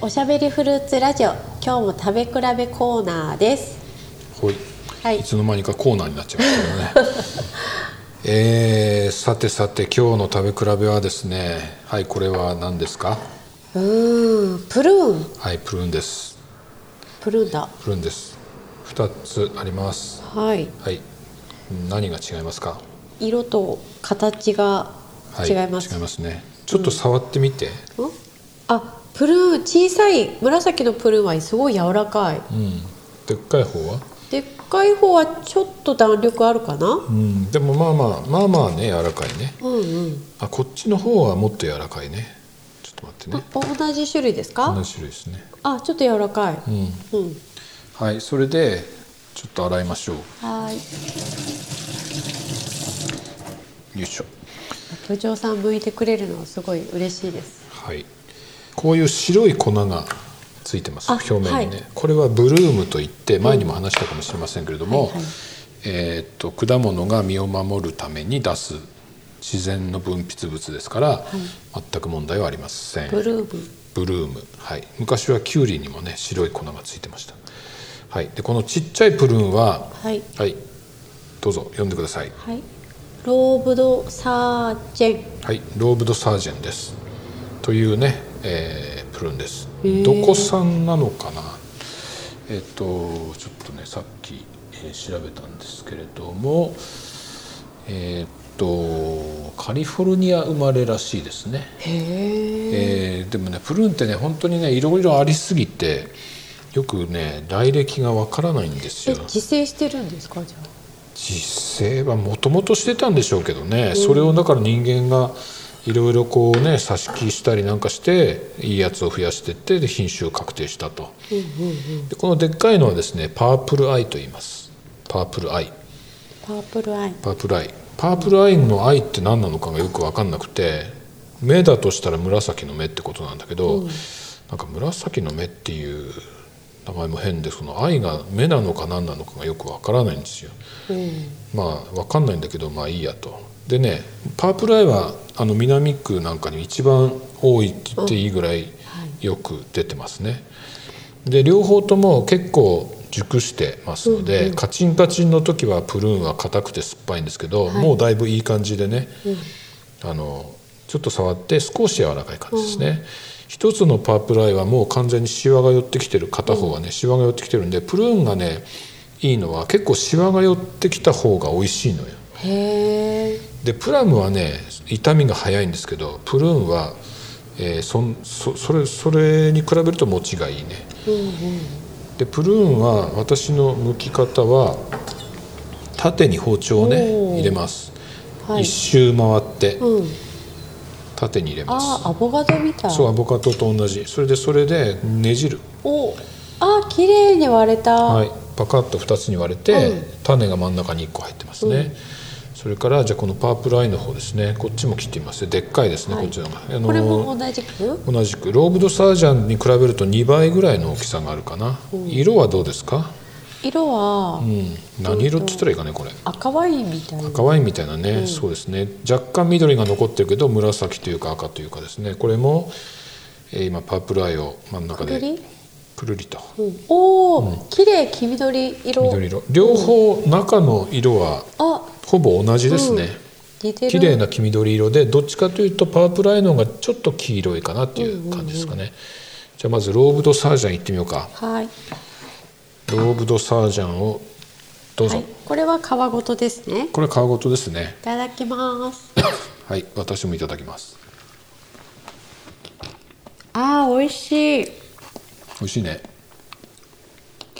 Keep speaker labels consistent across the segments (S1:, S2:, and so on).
S1: おしゃべりフルーツラジオ今日も食べ比べコーナーです
S2: はい、
S1: はい
S2: いつの間にかコーナーになっちゃいましたけどねえー、さてさて今日の食べ比べはですねはいこれは何ですか
S1: うーんプルーン
S2: はいプルーンです
S1: プルーンだ
S2: プルーンです2つあります
S1: はい
S2: はい何が違いますか、
S1: 色と形が
S2: はい、
S1: 違います、
S2: 違いますねちょっと触ってみて、
S1: んあプルーン小さい紫のプルーンはすごい柔らかい
S2: うんでっかい方は
S1: でっかい方はちょっと弾力あるかな
S2: うんでもまあまあまあまあね柔らかいね
S1: うんうん
S2: あこっちの方はもっと柔らかいねちょっと待って
S1: あ
S2: ね
S1: 同じ種類です
S2: 同
S1: か
S2: じ種類ですね
S1: あちょっと柔らかい
S2: うん
S1: うん
S2: はい、それでちょっと洗いましょ。
S1: はーいう
S2: よいしょ。
S1: 部長さん向いてくれるのはすごい嬉しいです
S2: はい。こういう白い粉がついてます。
S1: あ
S2: 表面にね、
S1: はい
S2: これはブルームといって前にも話したかもしれませんけれど
S1: は
S2: も、
S1: いはい
S2: えーっと果物が実を守るために出す自然の分泌物ですから、全く問題はありません。
S1: ブルーム
S2: ブルーム、はい、昔はキュウリにもね白い粉がついてました。はい。でこのちっちゃいプルーンは、
S1: はい
S2: はい、どうぞ読んでください。
S1: はいローブドサージェン
S2: はい、ローブドサージェンです。というね、えープルーンです
S1: へ。ー
S2: どこ産なのかな。えっ、と、ちょっとね、さっき、えー調べたんですけれども。えっ、と、カリフォルニア生まれらしいですね。
S1: へえ
S2: えーでもね、プルーンってね、本当にね、いろいろありすぎて。よくね、来歴がわからないんですよ。
S1: 自生してるんですかじゃあ
S2: 実勢はもともとしてたんでしょうけどね、それをだから人間がいろいろこうね差し木したりなんかしていいやつを増やしてってで品種を確定したと、でこのでっかいのはですねパープルアイと言いますパープルアイ
S1: パープルアイ
S2: パープルアイパープルアイのアイって何なのかがよく分かんなくて目だとしたら紫の目ってことなんだけど、なんか紫の目っていう名前も変でそのアイが目なのか何なのかがよく分からないんですよ。
S1: うん
S2: まあ分かんないんだけどまあいいやと。でねパープルアイはあの南区なんかに一番多いって言っていいぐらい
S1: はい
S2: よく出てますね。で両方とも結構熟してますので、カチンカチンの時はプルーンは硬くて酸っぱいんですけど、もうだいぶいい感じでね、あのちょっと触って少し柔らかい感じですね、一つのパープルアイはもう完全にシワが寄ってきてる片方はね、シワが寄ってきてるんでプルーンがねいいのは結構シワが寄ってきた方が美味しいのよ
S1: へえ
S2: でプラムはね痛みが早いんですけどプルーンは、えーそんそそれそれに比べると持ちがいいね、でプルーンは私の剥き方は縦に包丁をね
S1: おー
S2: 入れます、
S1: はい
S2: 一周回って
S1: うん
S2: 縦に入れます、
S1: あーアボカドみたい
S2: そうアボカドと同じそれでそれでねじる
S1: おあー綺麗に割れた、
S2: はいパカッと2つに割れて、
S1: うん
S2: 種が真ん中に1個入ってますね、それからじゃあこのパープルアイの方ですねこっちも切ってみますでっかいですね、
S1: はい
S2: こっちの方があのー
S1: これも同じく
S2: 同じくローブドサージャンに比べると2倍ぐらいの大きさがあるかな、色はどうですか、
S1: 色は
S2: うん、何色って言ったらいいかねこれ
S1: 赤ワインみたいな
S2: 赤ワインみたいなね、そうですね若干緑が残ってるけど紫というか赤というかですねこれも、えー今パープルアイを真ん中
S1: くる
S2: で
S1: り
S2: くるりと
S1: うんおお、綺麗黄緑色
S2: 緑色両方中の色は
S1: あ
S2: ほぼ同じですね、
S1: 似てる
S2: 綺麗な黄緑色でどっちかというとパープルアイの方がちょっと黄色いかなっていう感じですかね、じゃあまずローブドサージャン行ってみようか
S1: はい、
S2: ローブドサージャンをどうぞ、
S1: はい、これは皮ごとですねい
S2: これ皮ごとですね
S1: ただき ます
S2: はい私もいただきます
S1: あー美味しい
S2: 美味しいね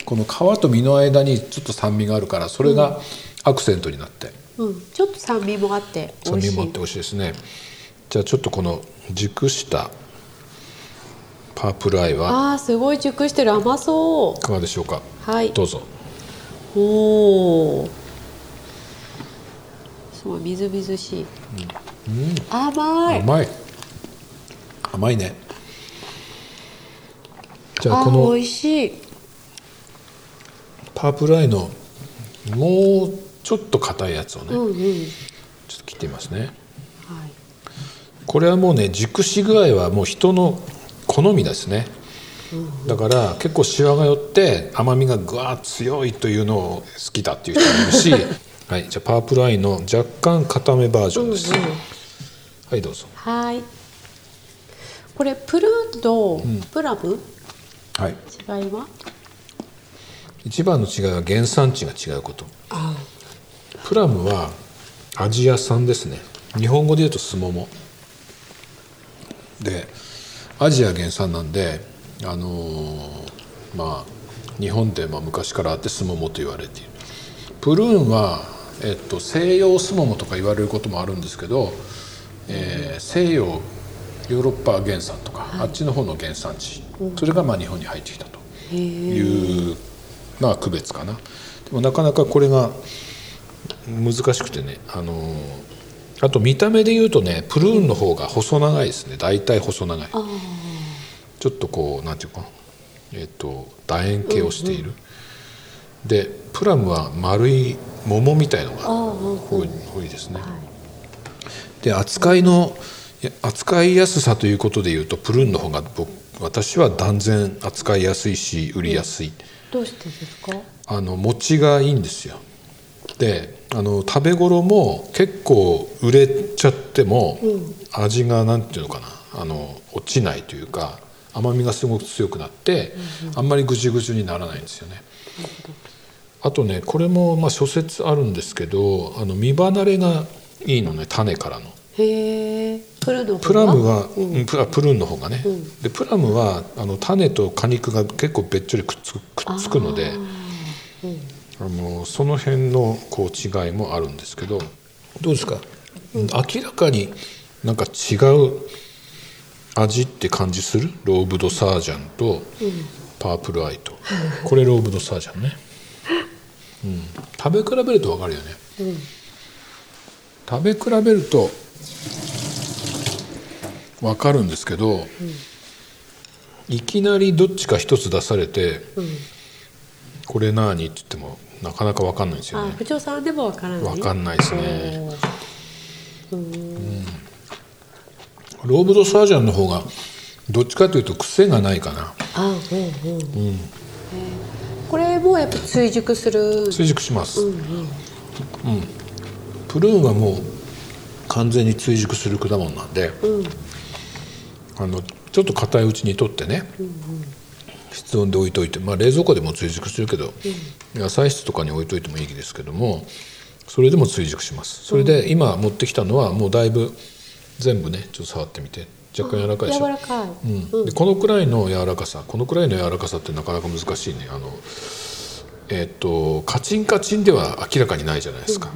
S2: この皮と身の間にちょっと酸味があるからそれがアクセントになって、
S1: うん、ちょっと酸味もあって美
S2: 酸
S1: 味し
S2: 味
S1: い
S2: もあって美味しいですねじゃあちょっとこの熟したパープルアイは
S1: あーすごい熟してる甘そ
S2: いかがでしょうか
S1: うはい
S2: どうぞ
S1: おおすごいみずみずしい、甘い
S2: 甘い甘いねじゃあ
S1: あ
S2: こ
S1: ー
S2: の
S1: 美味しい
S2: パープルアイのもうちょっと硬いやつをね、
S1: うんうん
S2: ちょっと切ってみますね
S1: はい
S2: これはもうね熟し具合はもう人の好みですねだから結構シワが寄って甘みがぐわー強いというのを好きだっていう人もいるし、はい、じゃあパープルアイの若干固めバージョンです、
S1: うんうん
S2: はいどうぞ
S1: はいこれプルーンとプラム、
S2: はい
S1: 違いは
S2: 一番の違いは原産地が違うこと
S1: あ
S2: プラムはアジア産ですね日本語で言うとスモモでアジア原産なんであのーまあ日本でまあ昔からあってスモモと言われているプルーンは、えっと、西洋スモモとか言われることもあるんですけど、えー西洋ヨーロッパ原産とか、あっちの方の原産地それがまあ日本に入ってきたという、まあ、区別かなでもなかなかこれが難しくてね、あのーあと見た目で言うとねプルーンの方が細長いですね大体細長いちょっとこうなんていうかえっ、と楕円形をしている、でプラムは丸い桃みたいのが多い多いですね、で扱いのいや扱いやすさということで言うとプルーンの方が僕私は断然扱いやすいし売りやすい、
S1: どうしてですか
S2: あの餅がいいんですよであの食べ頃も結構売れちゃっても、味がなんていうのかなあの落ちないというか甘みがすごく強くなって、あんまりぐじゅぐじゅにならないんですよね。あとねこれもまあ諸説あるんですけどあの実離れがいいのね種からの。
S1: へえプルーンの方が
S2: プラムは、うんプラプルーンの方がね、でプラムはあの種と果肉が結構べっちょりくっつくくっつくのであ、のその辺のこう違いもあるんですけどどうですか、明らかになんか違う味って感じするローブドサージャンとパープルアイと、これローブドサージャンね、うん、食べ比べると分かるよね、食べ比べるとわかるんですけど、いきなりどっちか一つ出されて「これ何?」って言ってもなかなかわかんないんですよ
S1: あ
S2: ね。
S1: 不調さんでもわからない
S2: わかんないですね。
S1: おー
S2: ローブドサージャンの方がどっちかというと癖がないかな。
S1: あうんうん、へーこれもやっぱ追熟する
S2: 追熟します。うん、プルーンはもう完全に追熟する果物なんで、あのちょっと硬いうちに取ってね、室温で置いといて、まあ、冷蔵庫でも追熟するけど、野菜室とかに置いといてもいいですけどもそれでも追熟しますそれで今持ってきたのはもうだいぶ全部ねちょっと触ってみて若干柔らかいで
S1: 柔
S2: しょ
S1: らかい、
S2: うん、でこのくらいの柔らかさこのくらいの柔らかさってなかなか難しいねあのえっとカチンカチンでは明らかにないじゃないですか、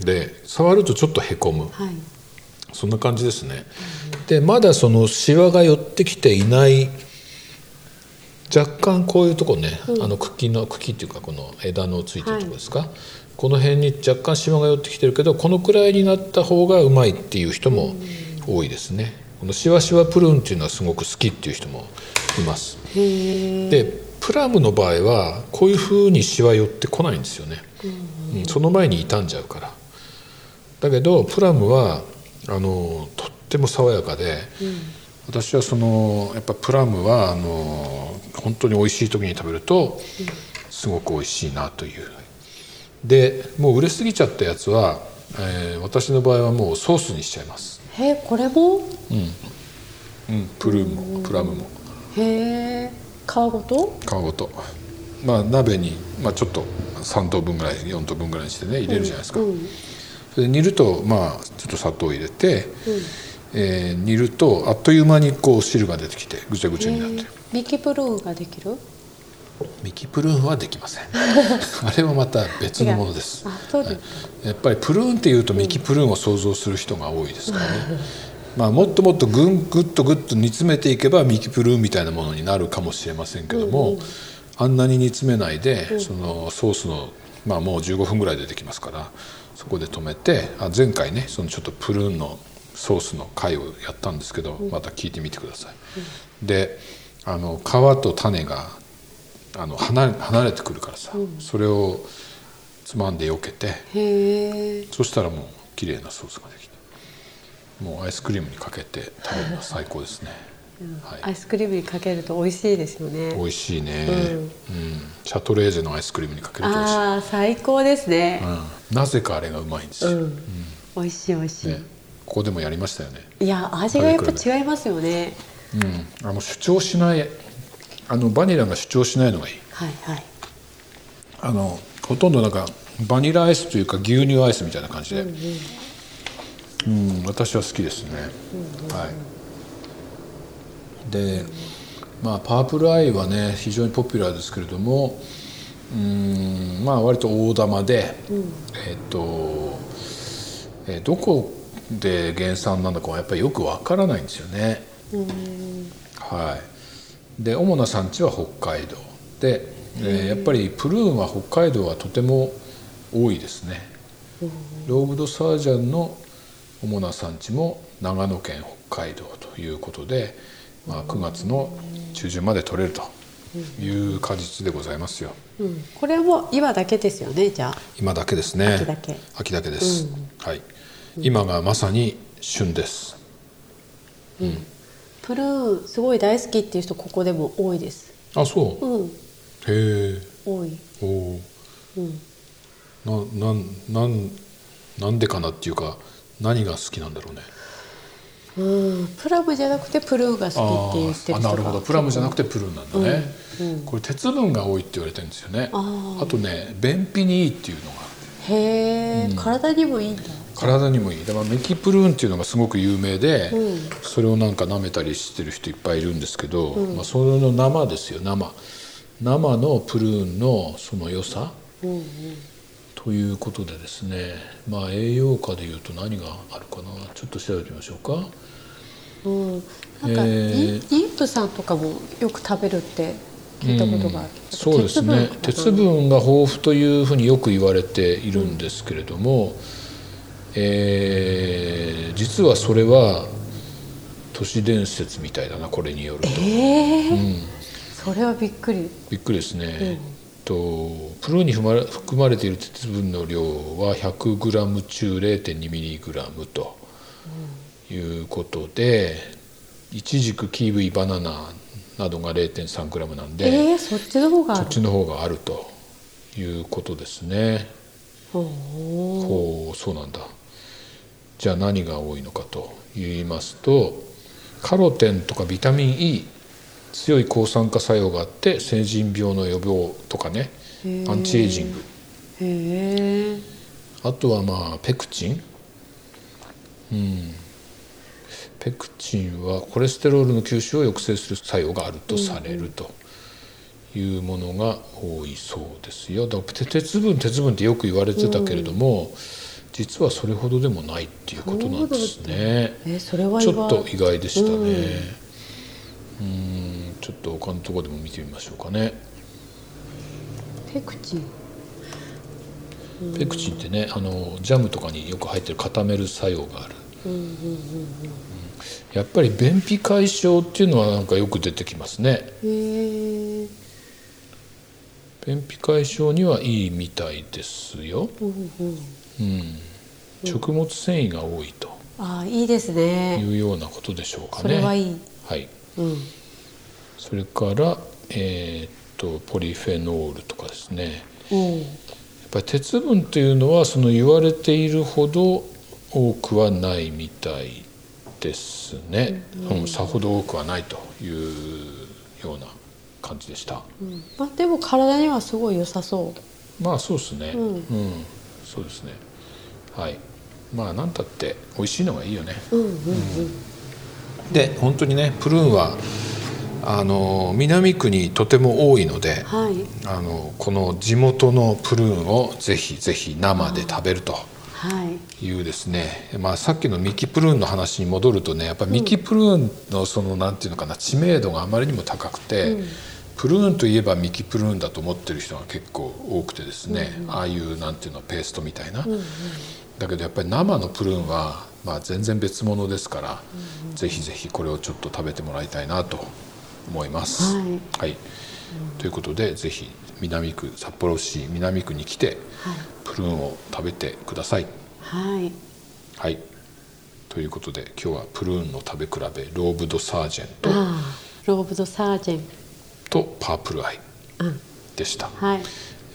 S2: で触るとちょっとへこむ
S1: はい
S2: そんな感じですね、でまだそのシワが寄ってきていない若干こういうとこね、あの茎の茎っていうかこの枝のついてるとこですか、この辺に若干シワが寄ってきてるけどこのくらいになった方がうまいっていう人も多いですね、このシワシワプルーンっていうのはすごく好きっていう人もいます
S1: へえ
S2: でプラムの場合はこういうふうにしわ寄ってこないんですよね、うんその前に傷んじゃうからだけどプラムはあのとっても爽やかで、私はそのやっぱプラムはあの本当に美味しい時に食べるとすごく美味しいなというでもう売れすぎちゃったやつは、えー私の場合はもうソースにしちゃいます、
S1: へーこれも
S2: うん、プルームもプラムも。
S1: へえ皮ごと
S2: 皮ごとまあ鍋に、まあ、ちょっと3等分ぐらい4等分ぐらいにしてね入れるじゃないですか、それで煮るとまあちょっと砂糖を入れて、えー煮るとあっという間にこう汁が出てきてぐちゃぐちゃになってる
S1: ミキプルーンができる
S2: ミキプルーンはできませんあれはまた別のものです
S1: あそうです
S2: やっぱりプルーンっていうとミキプルーンを想像する人が多いですからね、まあ、もっともっとぐんぐっとぐっと煮詰めていけばミキプルーンみたいなものになるかもしれませんけども、あんなに煮詰めないで、そのソースの、まあ、もう15分ぐらい出てきますからそこで止めてあ前回ねそのちょっとプルーンのソースの回をやったんですけど、また聞いてみてください。であの皮と種があの離れ離れてくるからさ、それをつまんでよけて。
S1: へえ
S2: そしたらもう綺麗なソースができてもうアイスクリームにかけて食べるのは最高ですねはい
S1: アイスクリームにかけると美味しいですよね
S2: 美味しいね、
S1: うん
S2: うんシャトレーゼのアイスクリームにかけると美味しい、
S1: ああ最高ですね
S2: うん、なぜかあれがうまいんです
S1: う
S2: よ、
S1: ん、美味しい美味しい、
S2: ね、ここでもやりましたよね、
S1: いや味がやっぱ違いますよね
S2: うん、あの主張しないあのバニラが主張しないのがいい
S1: はいはい
S2: あのほとんどなんかバニラアイスというか牛乳アイスみたいな感じで、うん私は好きですね、はいでまあパープルアイはね非常にポピュラーですけれどもうんまあ割と大玉で、えっと、えーどこで原産なのかはやっぱりよくわからないんですよね、はい、で主な産地は北海道で、えーやっぱりプルーンは北海道はとても多いですねローブドサージャンの主な産地も長野県北海道ということで、まあ、9月の中旬まで取れるという果実でございますよ
S1: うん、これも今だけですよねじゃあ
S2: 今だけですね
S1: 秋だけ
S2: 秋だけです、はい今がまさに旬です
S1: プルーンすごい大好きっていう人ここでも多いです
S2: あそう、
S1: うん
S2: へえ
S1: 多い
S2: おお、ななんなんなんでかなっていうか何が好きなんだろうね
S1: うんプラムじゃなくてプルーンが好きって言って
S2: あ
S1: る人が
S2: ーなるほどプラムじゃなくてプルーンなんだね、
S1: うんうん
S2: これ鉄分が多いって言われてるんですよね
S1: あ
S2: あとね便秘にいいっていうのが
S1: へえ、体にもいいんだ
S2: 体にもいいだからメキプルーンっていうのがすごく有名で、
S1: うん
S2: それをなんか舐めたりしてる人いっぱいいるんですけど、まあ、それの生ですよ生生のプルーンのその良さ、
S1: うんうん
S2: ということでですねまあ栄養価でいうと何があるかなちょっと調べてみましょうか
S1: うん、なんか、
S2: え
S1: に
S2: ー
S1: 妊婦さんとかもよく食べるって聞いたことがある、
S2: そうですね鉄分が豊富というふうによく言われているんですけれども、えー実はそれは都市伝説みたいだなこれによると、
S1: ええー
S2: うん、
S1: それはびっくり
S2: びっくりですね、とプルーンに含まれ含まれている鉄分の量は 100g 中 0.2mg ということで、イチジクキウイバナナなどが 0.3g なんで、
S1: ええーそっちの方があ
S2: そ
S1: る
S2: っちの方があるということですね。
S1: おー
S2: こうそうなんだじゃあ何が多いのかと言いますとカロテンとかビタミン E 強い抗酸化作用があって成人病の予防とかね
S1: へー
S2: アンチエイジング
S1: へえ
S2: あとはまあペクチンうんペクチンはコレステロールの吸収を抑制する作用があるとされるというものが多いそうですよだからて鉄分鉄分ってよく言われてたけれども、実はそれほどでもないっていうことなんですね
S1: えそれは
S2: ち
S1: 意
S2: ょっと
S1: 外
S2: 意外でしたねうんんちょっと他のところでも見てみましょうかね
S1: ペクチン
S2: ペクチンってねあのジャムとかによく入ってる固める作用がある
S1: うんうん
S2: やっぱり便秘解消っていうのはなんかよく出てきますね
S1: うんへえ
S2: 便秘解消にはいいみたいですよ、
S1: うんうん
S2: うん、食物繊維が多いと
S1: ああいいです
S2: い
S1: ね
S2: うようなことでしょうか
S1: そ
S2: ね
S1: れはいい
S2: はい、
S1: うん
S2: それからえーっとポリフェノールとかですね
S1: うん
S2: やっぱり鉄分というのはその言われているほど多くはないみたいですね、うん、さほど多くはないというような感じでした
S1: うんまあでも体にはすごい良さそう
S2: まあそうですね、
S1: うん
S2: うん、そうですねはいまあ何たって美味しいのがいいよね
S1: うんうんうん
S2: で本当にねプルーンはあの南区にとても多いので
S1: はい
S2: あのこの地元のプルーンをぜひぜひ生で食べると
S1: はい
S2: いうですね、まあ、さっきのミキプルーンの話に戻るとねやっぱミキプルーンのそのなんていうのかな知名度があまりにも高くて、プルーンといえばミキプルーンだと思ってる人が結構多くてですね、ああいうなんていうのペーストみたいな、だけどやっぱり生のプルーンは、まあ、全然別物ですから、ぜひぜひこれをちょっと食べてもらいたいなと思います。
S1: はい
S2: ということでぜひ南区札幌市南区に来て、プルーンを食べてください。
S1: はい
S2: はい。ということで今日はプルーンの食べ比べローブドサージェント
S1: あーローブドサージェン
S2: とパープルアイ
S1: うん
S2: でした、
S1: はい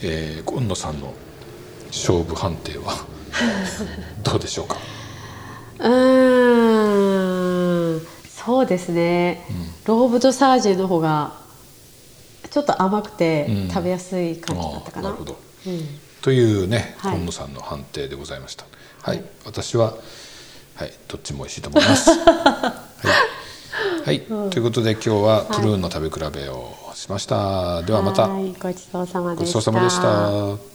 S2: えー、今野さんの勝負判定 はどうでしょうか
S1: うーんそうですね、ローブドサージェンの方がちょっと甘くて
S2: うん
S1: 食べやすい感じだ
S2: あ
S1: った
S2: あ
S1: か
S2: な
S1: な、う
S2: る
S1: ん
S2: ほどというね、
S1: はい
S2: 今野さんの判定でございましたはい、私ははいどっちも美味しいと思います はい、はいということで今日はプルーンの食べ比べをしました、ではまた
S1: はいごちそうさま
S2: ご
S1: で
S2: ち
S1: した
S2: そうさまでした